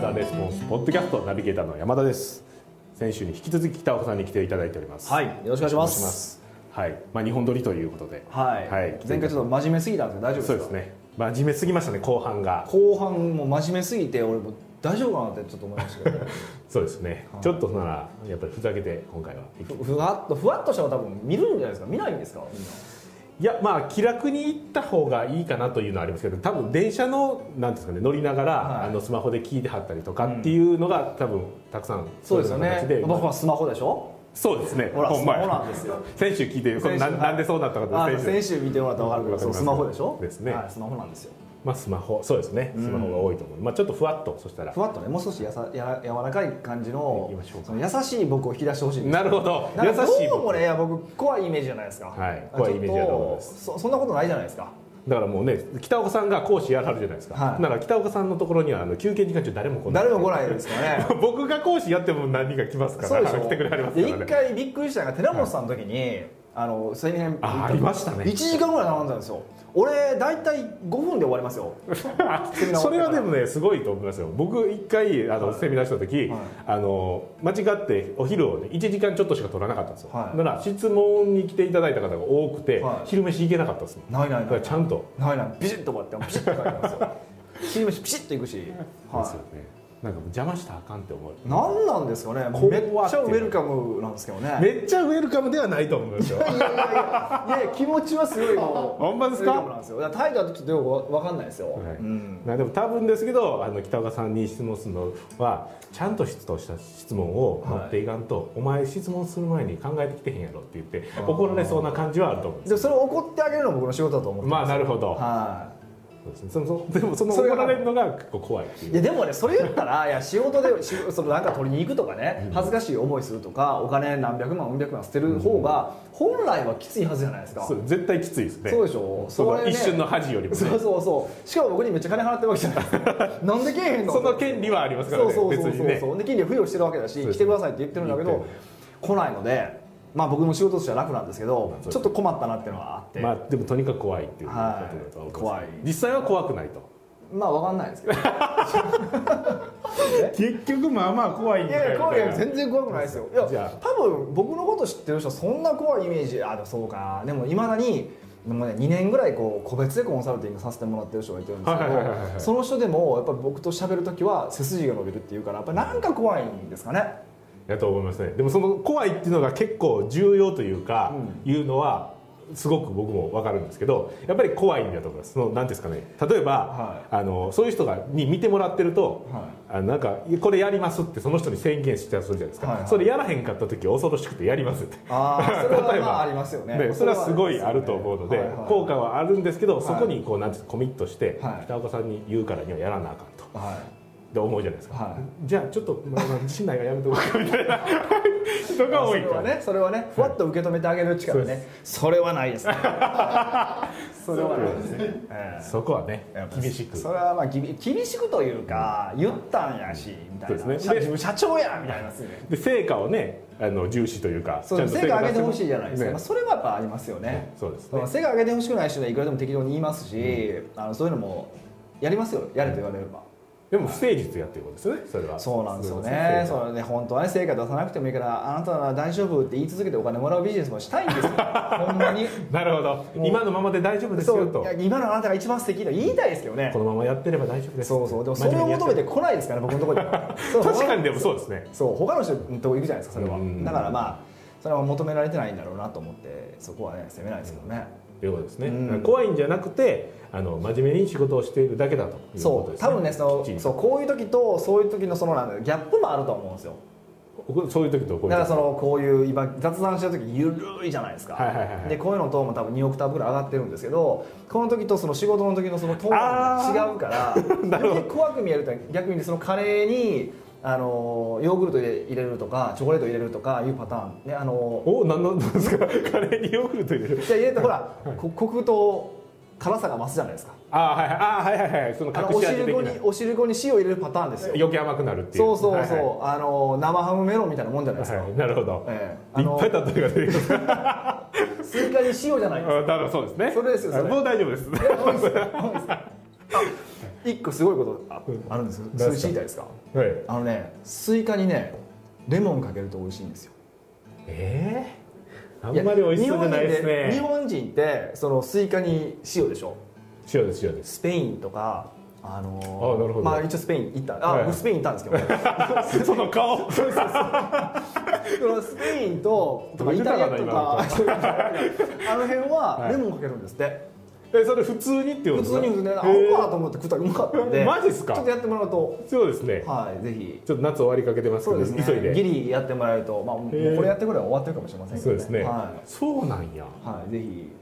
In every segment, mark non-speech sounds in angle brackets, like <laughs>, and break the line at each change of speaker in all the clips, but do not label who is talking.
ッドキャストナビゲーターの山田です先週に引き続き北岡さんに来ていただいております
はい、よろしくお願いします。
はい、まあ、日本撮りということで
はい、
はい
前回ちょっと真面目すぎたんですけど大丈夫
そう
で
ですす
か。
ね真面目すぎましたね後半が
後半も真面目すぎて俺も大丈夫かなってちょっと思いましたけど、
そうですね、
はい
ちょっとならやっぱりふざけて今回は
<laughs> ふふわっとふわっとしたの多分見るんじゃないですか。見ないんですか。みんない
やまあ気楽に行った方がいいかなというのはありますけど多分電車のなんていうんですかね乗りながら、
はい
あのスマホで聞いてはったりとかっていうのが、多分たくさん
そうですよ
い
ね
形で。
僕はスマホでしょ。
そうですね
ほら
ほんまや
スマホなんですよ
先週聞いてこれな
先週
なんでそうなったか
あ
と先週
先週見てもらったらわかるけど、そうスマホでしょ。
ですね
はい、スマホなんですよ。
まあスマホそうですねスマホが多いと思う、まあちょっとふわっとそしたら
ふわっとね、もう少しやさや柔らかい感じの
行きましょうか
その優しい僕を引き出してほしいんですよ
なるほど
な
優
ん
し
か
い
どうもね、いや僕怖いイメージじゃないですか。
はい怖いイメージだと思います
ちょっとそそんなことないじゃないですか。
だからもうね北岡さんが講師やらはるじゃないですか、
はい
だから北岡さんのところにはあの休憩時間中誰も来ない
誰も来ないですからね。
<laughs> 僕が講師やっても何人か来ますから
そうでしょ
来てくれはりますからね
で一回びっくりしたのが寺本さんの時に、あの宣言
あありましたね
1時間ぐらい並んだんですよ俺大体5分で終わりま
<laughs>
すよ
それはでもねすごいと思いますよ僕一回あの、セミナーした時、
はい
あの間違ってお昼をね1時間ちょっとしか取らなかったんですよ、
はい
だから質問に来ていただいた方が多くて、
はい
昼飯行けなかったですもん
ないない
だか
な
ら
い
ちゃんと、
ないないビシッと終わってもうピシッと帰りますよ昼飯ピシッと行くし、
ですよ
は
ねなんかもう邪魔したらあかんって思う
い、何なんですかね
怖
めっちゃウ
っていう
ェルカムなんですけどね
めっちゃウェルカムではないと思うんですよ
いやいやいやいやいや気持ちはすごいも
<laughs>
う
ほんまですか
ウェルカムなんですよだから態度はちょっとよくわかんないですよ、
はい
うん
なでも多分ですけどあの北岡さんに質問するのはちゃんと質とした質問を持っていかんと、お前質問する前に考えてきてへんやろって言って
あー
怒られそうな感じはあると思うんです
でもそれを怒ってあげるのも僕の仕事だと思って
まあなるほど、
はい
そうですねそのそのでもその怒
それが
られるのが結構怖いっていう
いやでもねそれ言ったらいや仕事でしそのなんか取りに行くとかね恥ずかしい思いするとかお金何百万うん百万捨てる方が本来はきついはずじゃないですか、
そう絶対きついですね
そうでしょ
その
れね
一瞬の恥よりもね
そうそうそうしかも僕にめっちゃ金払ってるわけじゃないですか
<laughs>
なんでけえへんの
その権利はありますからね
そうそうそう
別
そ
に
う、
ね
で金利は付与してるわけだし、
うです
来てくださいって言ってるんだけ
言っ
ど
て
来ないのでまあ僕の仕事としては楽なんですけど
まあそう
ちょっと困ったなっていうのはあって
ま
ま
あでもとにかく怖いっていうことだと思います、
はい怖い
実際は怖くないと
あわかんないですけど
結局まあまあ怖いん
い
だ
やいや怖い
よ
や全然怖くないですよいや
じゃ
多分僕のこと知ってる人はそんな怖いイメージあでもそうかでもいまだにでもね2年ぐらいこう個別でコンサルティングさせてもらってる人がいてるんですけ
はいはいはいはい
どその人でもやっぱり僕と喋る時は背筋が伸びるっていうからやっぱりなんか怖いんですかね
やと思いますねでもその怖いっていうのが結構重要というか、いうのはすごく僕も分かるんですけどやっぱり怖いんだと思いますその何ですかね例えば、
は
あのそういう人がに見てもらってると、
は
あなんかこれやりますってその人に宣言したりするじゃないですか、
はいはい
それやらへんかった時恐ろしくてやりますって。
あ
<laughs>
あそれ
例
は
え
ま
ば
あありますよね
ね、それはすごいあると思うので、
はいはい
効果はあるんですけど、
はい
そこにこうなんていうのコミットして、
はい
北岡さんに言うからにはやらなあかんと
は
で思うじゃないですか、
は
じゃあちょっと、まあ、まあ信頼はやめとこうかみたいな <laughs> 人が多い
それ
から
はねそれはねふわっと受け止めてあげる力
そう
ねそれはないで
<laughs>
すねそれはないですねええ
そこはね
やっぱ
厳しく
それはまあ厳厳しくというか言ったんやしみたい
そうで
な
すね
社
で
自分社長やみたいなですね
で成果をねあの重視というか
そう成果上げてほしいじゃないですか、まあ、
ね
それはやっぱありますよね
そうです
そ
ね
の成果上げてほしくない人はいくらでも適当に言いますし、あのそういうのもやりますよやれと言われれば、
でも不誠実やっていうことですよねそれは
そうなんですよね
そう
それね本当はね成果出さなくてもいいからあなたは大丈夫って言い続けてお金もらうビジネスもしたいん <laughs> ですよほんまに
なるほど
もう
今のままで大丈夫です
そ
よ
う
と
いや今のあなたが一番素敵と言いたいですけどね
このままやってれば大丈夫です
そうそうでもそれを求めて来ないですからね僕のところに <laughs> はそう
確かにでもそうですね
そう他の人のとこ行くじゃないですかそれは
うん
だからまあそれは求められてないんだろうなと思ってそこはね責めないですけどね、
ということですね、
うん
怖いんじゃなくてあの真面目に仕事をしているだけだというこ
そ
と
う
です、ね、
多分ね
き
そ
っち
の
り
そうこういう時とそういう時のそのなんだろうギャップもあると思うんですよ
そういう時とこういう時
だからそのこういう今雑談してる時ゆるいじゃないですか、
はいはいはいはい
でこういうのとも多分2オクターブぐらい上がってるんですけどこの時とその仕事の時のそのトーンが違うから
<laughs> なるほど
より怖く見えると逆にそのカレーにあのヨーグルト入れるとかチョコレート入れるとかいうパターンねあの
お何なんですか <laughs> カレーにヨーグルト入れる
じゃあ入れてほら、こコクと辛さが増すじゃないですか
あーはいはいあーはいはいはいその
あの
隠
お
し味
汁
的
粉
な
にお汁粉に塩を入れるパターンですよ
余計甘くなるっていう
そうそうそう、
はいはい
あの生ハムメロンみたいなもんじゃないですか、
はい、なるほど、
ええあの
いっぱい例えが出てくる
スイカ
<laughs>
に塩じゃないですか
あだからそうですね
それですよそれ
もう大丈夫です
いや多いですよ多いですよあ一個すごいことああるんですよ
何です
そ
か
れ知りたいですか
はい
あのねスイカにねレモンかけると美味しいんですよ
ええあんまり美味しそうじゃないです
や日
ね
本人で日本人ってそのスイカに塩でしょ
塩です塩です
スペインとかあの
あなるほど
まあ一応スペイン行ったあ、
はい
僕スペイン行ったんですけど <laughs>
その顔
そのスペインととかイタリアとかあの辺はレモンかけるんですって、
えそれ普通にっていうこ
普
と
通に普通にねあ
へえ
青かと思って食ったらうまかったんで
マジっすか
ちょっとやってもらうと
そうですね
はいぜひ
ちょっと夏終わりかけてます
そう
け
で
ど
すね
急いで
ギリやってもらえるとまあもうこ
へえ
れやってくれば終わってるかもしれませんけど、
そうですね
は
そうなんや
い、はい、ぜひ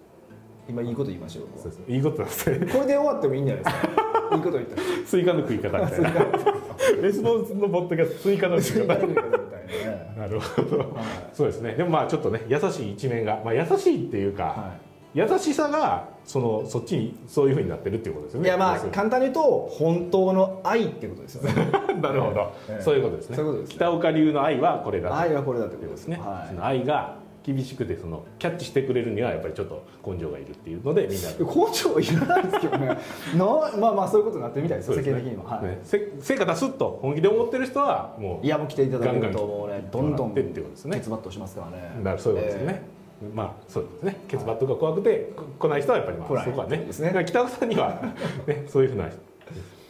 今いいこと言いましょう
そうですねいいことなんですね <laughs>
これで終わってもいいんじゃないですかいいこと言ったら
スイカの食い方
<laughs>
みたいなレスポンスのボットキャストスイカの
別
食
に
い方
誰がやるみたいなね
なるほど
はい
そうですねでもまあちょっとね優しい一面が、まあ、優しいっていうか、
は
優しさがそのそっちにそういうふうになってるっていうことですよ
い、い
ね
やまあ
要するに
簡単に言うと本当の愛ってことですよね
<laughs> なるほど、
ええ
そういうことですね
そういうことですね
北岡流の愛はこれだという
愛はこれだってこ
ことと
で
ですすね、そ
は、
の愛が厳しくてそのキャッチしてくれるにはやっぱりちょっと根性がいるっていうのでみんない
根性はいらないですけどね <laughs> なまあまあそういうことになってるみたいで
そ
す
う
よ
です
世
ね
間的には、はい
ねせ成果出すと本気で思ってる人はも
いやもう来ていただけ
ガン
る
ガ
と
ン
もうねどんどん
来てってことですね
ケツバットしますからね
うなるそういうことですよね、まあそうですねケツバットが怖くてこ来ない人はやっぱりま
来な
あ
い
そこはね
ですね
だから北岡さんには、 <laughs> ね、そういうふうな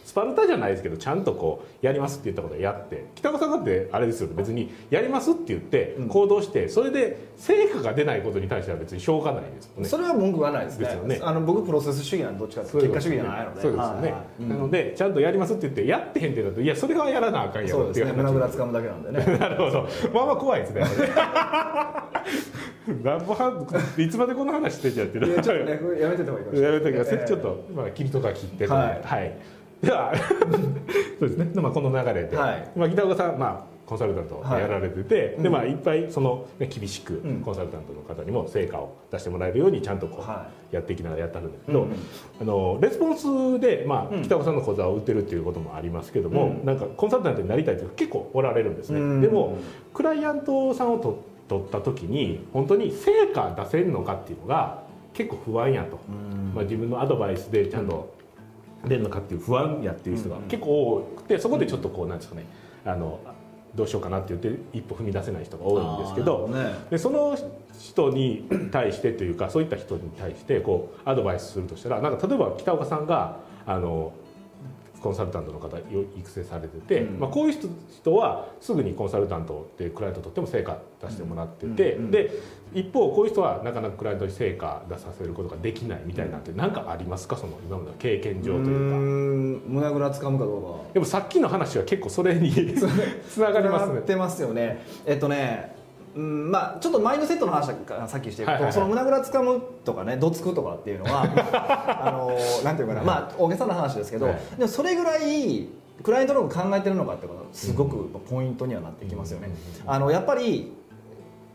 スパルタじゃないですけどちゃんとこうやりますって言ったことはやって北岡さんだってあれですよね別にやりますって言って
うん
行動してそれで成果が出ないことに対しては別にしょうがないですもんね
それは文句はないですね
ですよね
あの僕プロセス主義なんでどっちかって
そう
いう
い
と
うこと
結果主義じゃないので
そうですよね、
はいはい
なのでちゃんとやりますって言ってやってへんってなるといやそれはやらなあかん
うん
や
そう
ろ
で
ってい
す
う話
ね胸ぐらつかむだけなんで
<laughs>
ね
なるほどまあまあ怖いですね <laughs> ラブハンドいつまでこの話してんじゃんって
い
いう
やちょっとねやめてた方がいいかもしれな
や
い
めときます
え
ね
え
ちょっと、まあ、切りとか切ってと
はい
はい、では <laughs> そうですね、でまあ、この流れで、
はい
まあ、北岡さん、まあ、コンサルタント
はい
やられてて、
うん
でまあ、いっぱいその、ね、厳しく
うん
コンサルタントの方にも成果を出してもらえるようにちゃんとこう、
は
やっていきながらやってはるんです
い
けど、
うん
あのレスポンスで、まあ
うん
北岡さんの講座を売ってるっていうこともありますけども、
うん
なんかコンサルタントになりたいという人結構おられるんですね、
うん
でもクライアントさんをと取った時に本当に成果出せるのかっていうのが結構不安やと、
うん
まあ、自分のアドバイスでちゃんと出るのかっていう不安やっていう人が結構多くてそこでちょっとこうなんですかねあのどうしようかなって言って一歩踏み出せない人が多いんですけど
あーなるほね
でその人に対してというかそういった人に対してこうアドバイスするとしたらなんか例えば北岡さんがあのコンサルタントの方よ育成されてて、
うん
まあ、こういう人人はすぐにコンサルタントでクライアントとっても成果出してもらってて、
うんうん
で一方こういう人はなかなかクライアントに成果出させることができないみたいなんて何かありますかその今までの経験上というか。
うーん胸ぐらつかむかどうか
でもさっきの話は結構それ
<laughs>
に <laughs> つながります
繋
ね
がっ。てますよねえっとねうんまあ、ちょっとマインドセットの話からさっきしてると、
はいはいはい
その胸ぐらつかむとかねどつくとかっていうの
<laughs>
はあのなんていうかな、まあ、大げさな話ですけど、
はい
でもそれぐらいクライアントのことを考えてるのかってことすごくポイントにはなってきますよね。あのやっぱり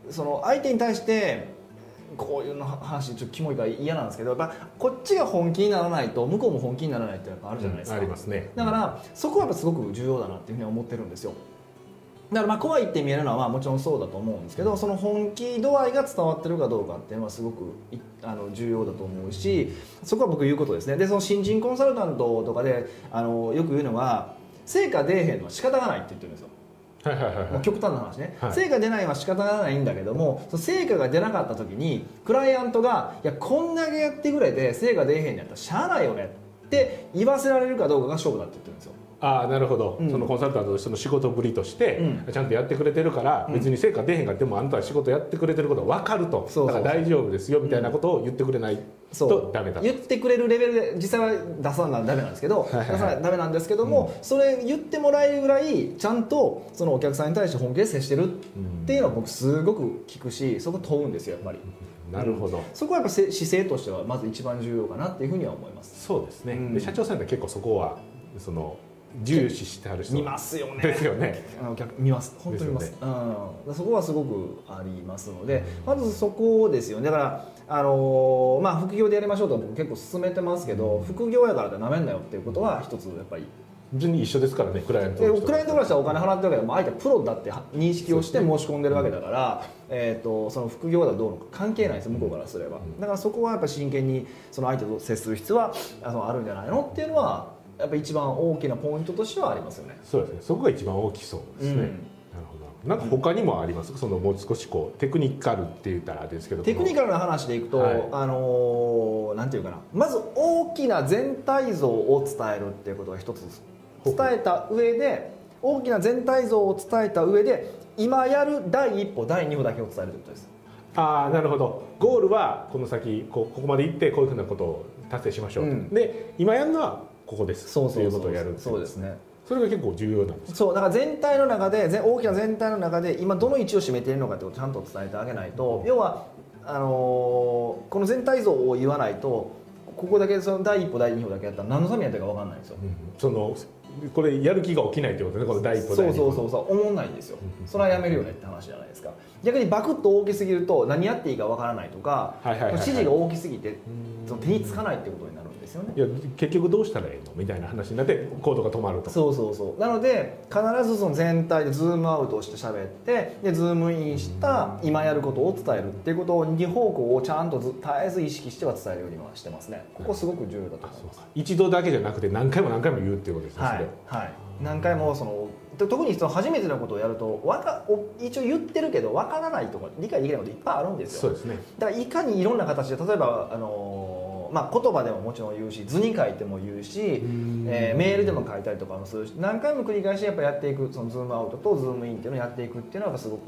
その相手に対してこういうの話ちょっとキモいから嫌なんですけどやっぱこっちが本気にならないと向こうも本気にならないってやっぱあるじゃないですか。
ありますね。
だからそこはやっぱすごく重要だなっていうふうに思ってるんですよだからまあ怖いって見えるのはまあもちろんそうだと思うんですけどその本気度合いが伝わってるかどうかっていうのはすごくいあの重要だと思うしそこは僕言うことですねでその新人コンサルタントとかであのよく言うのは成果出えへんのは仕方がないって言ってるんですよ
はいはいはい
も
は
う
い。
極端な話ね、
はい
成果出ないのは仕方がないんだけどもその成果が出なかった時にクライアントが「いやこんだけやってくれて成果出えへんのやったらしゃあないよね」って言わせられるかどうかが勝負だって言ってるんですよ
ああなるほど、
うん
そのコンサルタントとしての仕事ぶりとして、
う
ちゃんとやってくれてるから、
うん
別に成果出へんがでもあなたは仕事やってくれてることは分かると
そうそうそう
だから大丈夫ですよみたいなことを言ってくれない
そ
と
う
ダメだ、
言ってくれるレベルで実際は出さないダメなんですけど、
はいはいはい
出さないダメなんですけども、それ言ってもらえるぐらいちゃんとそのお客さんに対して本気で接してるっていうのは僕すごく聞くしそこ問うんですよやっぱり
なるほど、
そこはやっぱせ姿勢としてはまず一番重要かなっていうふうには思います
そうですね、
うん
で社長さんって結構そこはその重視してはる人
見ますよね
ですよね
あの客見ます本当に見ま
ですす
うん、そこはすごくありますのでまずそこですよねだからあのーまあ副業でやりましょうと僕結構勧めてますけど副業やからってなめんなよっていうことは一つやっぱり
別に一緒ですからねクライアント
で
の人
クライアントからしたらお金払ってるわけでも相手はプロだって認識をして申し込んでるわけだから、えー、とその副業だとどうのか関係ないです向こうからすればだからそこはやっぱ真剣にその相手と接する必要はあのあるんじゃないのっていうのはやっぱ一番大きなポイントとしてはありますよね。
そうですねそこが一番大きそうですね、なるほどなるほどなんか他にもありますそのもう少しこうテクニカルって言ったらあれですけど
テクニカルな話でいくと、
はい
あのーなんていうかなまず大きな全体像を伝えるっていうことが一つです
ほ
伝
う
えた上で大きな全体像を伝えた上で今やる第一歩第二歩だけを伝えるということです
ああなるほどゴールはこの先こうここまで行ってこういうふうなことを達成しましょうと、
うん
で今やるのはここです
そうそうそ
ってい
う
うことをやるってい
そうですね
それが結構重要なんです
そうだから全体の中でぜ大きな全体の中で今どの位置を占めているのかってことをちゃんと伝えてあげないと要はあのーこの全体像を言わないとここだけその第一歩第二歩だけやったら何のためにやってるか分かんないんですよ
そのこれやる気が起きないってことねこの第一歩
そうそうそううそう思んないんですよ
うん
それはやめるよねって話じゃないですか逆にバクッと大きすぎると何やっていいかわからないとか、
はいはいはいはい
指示が大きすぎて
ん
その手につかないってことになるんですよね
いや結局どうしたらいいのみたいな話になってコードが止まると
そうそうそうなので必ずその全体でズームアウトして喋ってでズームインした今やることを伝えるっていうことを二方向をちゃんとず絶えず意識しては伝えるようにはしてますねここすごく重要だと
あ
思います
そうか一度だけじゃなくて何回も何回も言うっていうことですね、
はい、はい、何回もそのと特にその初めてのことをやるとわかお一応言ってるけど分からないとか理解できないこといっぱいあるんです
それそう
よ
ですね
だからいかにいろんな形で例えば、あのーまあ、言葉でももちろん言うし図に書いても言うし
ん
えーメールでも書いたりとかもするし何回も繰り返しやっぱやっていくそのズームアウトとズームインっていうのをやっていくっていうのがすごく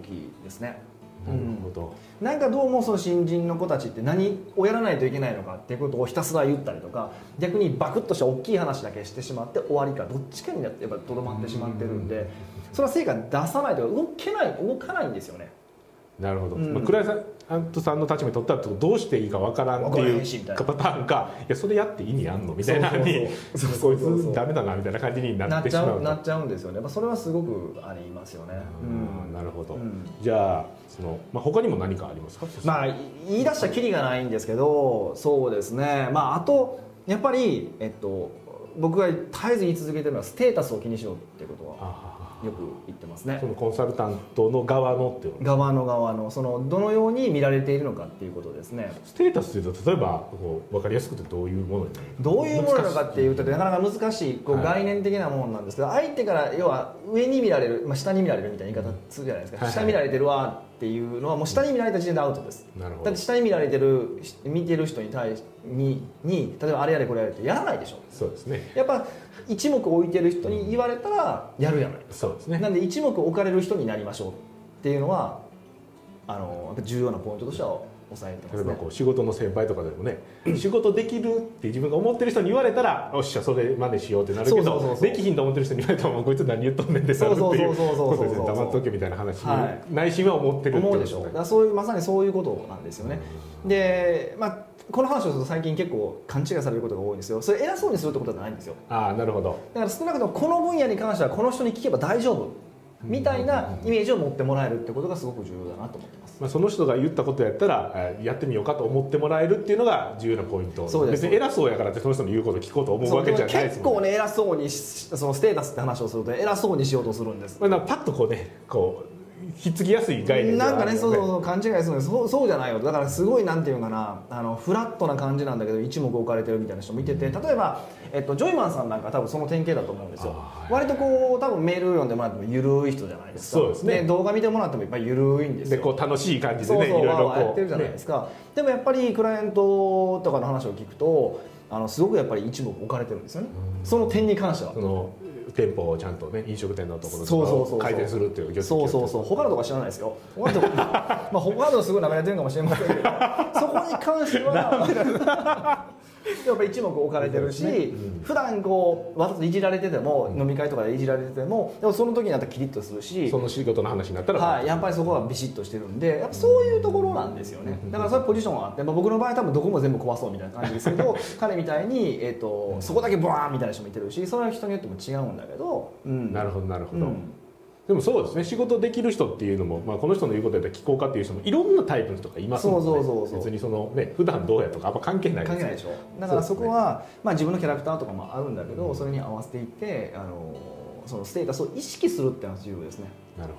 大きいですね。
なるほど、
なんかどうもその新人の子たちって何をやらないといけないのかっていうことをひたすら言ったりとか逆にバクッとした大きい話だけしてしまって終わりかどっちかになってやっぱとどまってしまってるんでそれは成果出さないとか動けない動かないんですよね
なるほど、
うん
まあ、倉井さんさんの立場にとったらどうしていいかわからんって
わから
い
へんしみたいうな
かパターンかいやそれやって意味あんのみたいなのに
そうそうそ
こ
う
い
そうそうそう
つダメだなみたいな感じにな
な
っ
って
し
ちゃ
まう
う
と
なっちゃうんですよねやっぱそれはすごくありますよね
うん
うん
なるほど、
うん
じゃあその、まあ、他にも何かありますか
まあい言い出したきりがないんですけどそうですねまああとやっぱりえっと僕が絶えず言い続けてるのはステータスを気にしろってことは
あ
よく言ってますね
あそのコンサルタントの側のってこと
側の側のそのどのように見られているのかっていうことですね
ステータスというと例えばこう分かりやすくてどういうものになる
どういうものなのかっていうとなかなか難しいこう
はい
概念的なものなんですけど、相手から要は上に見られる、まあ、下に見られるみたいな言い方するじゃないですか、
はいはい
下見られてるわっていうのはもう下に見られた時点でアウトです、
なるほ
だ
ど
って下に見られてるし見てる人に対しにに例えばあれやれこれやれってやらないでしょ
そうですね
やっぱ一目置いてる人に言われたらやるやない
そうですね
なんで一目置かれる人になりましょうっていうのはあのやっぱ重要なポイントとしては押さえてま
例え
す
ば
ね
こう仕事の先輩とかでも
<clears throat>
ね仕事できるって自分が思ってる人に言われたらよっしゃそれまでしようってなるけ
そうそうそう
ど
そう
できひんと思ってる人に言われたらもうこいつ何言っとんねんってなるってい
そう
う
そうそうそうそう
ことですね黙っとけみたいな話
は
に内心は思ってるってこ
思う
と
で
で
し
す
ょだか
ね
らそういうまさにそういうことなんですよねでまあこの話をすると最近結構勘違いされることが多いんですよそれ偉そうにするってことじゃないんですよ
ああなるほど
だから少なくともこの分野に関してはこの人に聞けば大丈夫みたいなイメージを持ってもらえるってことがすごく重要だなと思ってます
まあその人が言ったことやったらえーやってみようかと思ってもらえるっていうのが重要なポイント
そうです
別に偉そうやからってその人の言うことを聞こうと思う
そう
わけじゃないです
結
も
構
んね
ね偉そうにしそのステータスって話をすると偉そうにしようとするんです
まあなんかパッとこうねこうひっつきやすい概念では
な
ある
んか
よ
ねそうそうそう勘違いするんですそうそうじゃないよだからすごいなんていうのかなあのフラットな感じなんだけど一目置かれてるみたいな人もいてて例えば、えっと、ジョイマンさんなんか多分その典型だと思うんですよ、
あー
割とこう多分メール読んでもらってもゆるい人じゃないですか
そうですね
動画見てもらってもいっぱいゆるいんですよ
でこう楽しい感じで
そう
ね
そう
いろい
わー
ろ
わーや
こ
ってるじ
う
ゃないで
ね
すか、でもやっぱりクライアントとかの話を聞くとあのすごくやっぱり一目置かれてるんですよねその点に関しては
その店舗をちゃんとね飲食店のところ
そうそう
と
そ
かを
う
改善するっていう業績
そうそう
う
そう他のとこは知らないですよ他のとこまあ他のとこすごい舐められてるかもしれませ
<laughs>
んけどそこに関してはやっぱ一目置かれてるし、
そうですねうん
普段こうわざといじられてても、飲み会とかでいじられててもでもその時になったらキリッとするし
その仕事の話になったら
<laughs> はい、やっぱりそこはビシッとしてるんでやっぱそういうところなんですよねだからそういうポジションがあって、まあ、僕の場合多分どこも全部壊そうみたいな感じですけ <laughs> ど彼みたいに、えー、とそこだけブワーンみたいな人もいてるしそれは人によっても違うんだけど、うん、
なるほどなるほど、
うん
でもそうですね仕事できる人っていうのも、まあ、この人の言うことやったら聞こうかっていう人もいろんなタイプの人がいますもんね
そうそうそうそう
別にそのね普段どうやとかあんま関係ない
関係ないでしょだからそこはまあ、自分のキャラクターとかもあるんだけど、それに合わせていってあのそのステータスを意識するっていうのは重要ですね
なるほ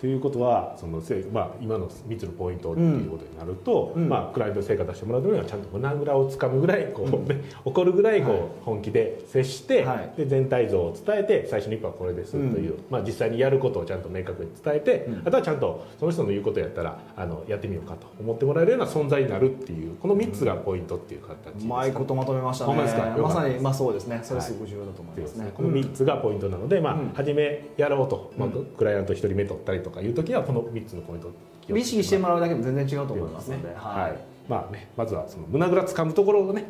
ということはそのせい、まあ、今の3つのポイントっていうことになると、
うん
まあ、クライアントに成果出してもらうためにはちゃんと胸ぐらをつかむぐらいこう、ね怒るぐらいこう、
はい
本気で接して、
はい
で全体像を伝えて最初の一歩はこれですという、まあ、実際にやることをちゃんと明確に伝えて、
うん
あとはちゃんとその人の言うことやったらあのやってみようかと思ってもらえるような存在になるっていうこの3つがポイントっていう形です
うまいことまとめました
ほん
ね
まですかよかった
まさ
で
に
す
まあそうですねそれすごく重要だと思い
で
ますす
ね
ね、
この3つがポイントなので、まあ
うん
初めやろうと、まあ、
うん
クライアント1人目取ったりとかいう時はこの3つのポイントを気をつけてもらって
意識してもらうだけでも全然違うと思いますので、
は
はい
い、まあね、まずはその胸ぐらつかむところをね、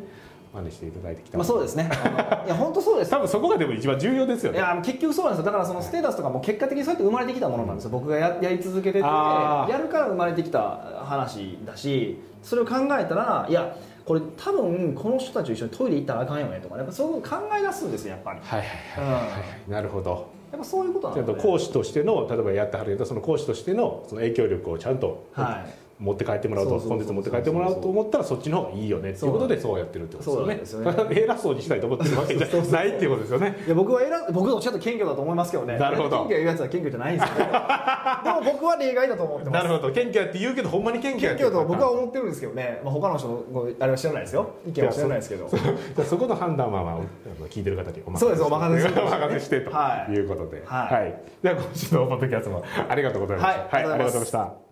真似していただいてきた。
まあ、そうですね
<laughs>
あのいや本当そうです
多分そこがでも一番重要ですよ
い
ね。
や結局そうなんですよだからそのステータスとかも結果的にそうやって生まれてきたものなんですよ僕がややり続けてて
あ
や
ー
るから生まれてきた話だしそれを考えたらいやこれ多分この人たちと一緒にトイレ行ったらあかんよねとかやっぱそういうこと考え出すんですよやっぱり、
はいはい
うん、
はい
や
はい、なるほど。
っぱそういうことな
ちゃん
の
と
で
講師としての、例えばやってはるやつ、その講師としての、その影響力をちゃんと。
はい
持って帰ってもらう
そ
と、
うそうそ
コ
う
ンテンツ持って帰ってもらおうと思ったら、そっちの方がいいよね。っていうことで、そうやってるってことですよ
そう
ね。
なん
た
ですよね
だ <laughs> 偉そうにしたいと思ってるわけじゃないっていうことですよね。
いや僕は偉僕どっちかというと謙虚だと思いますけどね
なるほど
謙虚言うやつは謙虚じゃないんです
<laughs>
けどでも僕は例外だと思ってま
な
す
るほど、謙虚やって言うけど、ほんまに謙虚や
謙
って
虚
る
だと僕は思ってるんですけどね、まあ、他の人のごあれは知らないですよ意見は知らないですけど
じゃあそこの判断は、まあ、あの聞いてる方にお任せ
そうですお任せ
し
し
てて <laughs> お任せしてと
はい
いうことで、
はい
では今週のポッドキャストもありがとうございました。
はい
ありがと
ありがとうございます
うございました。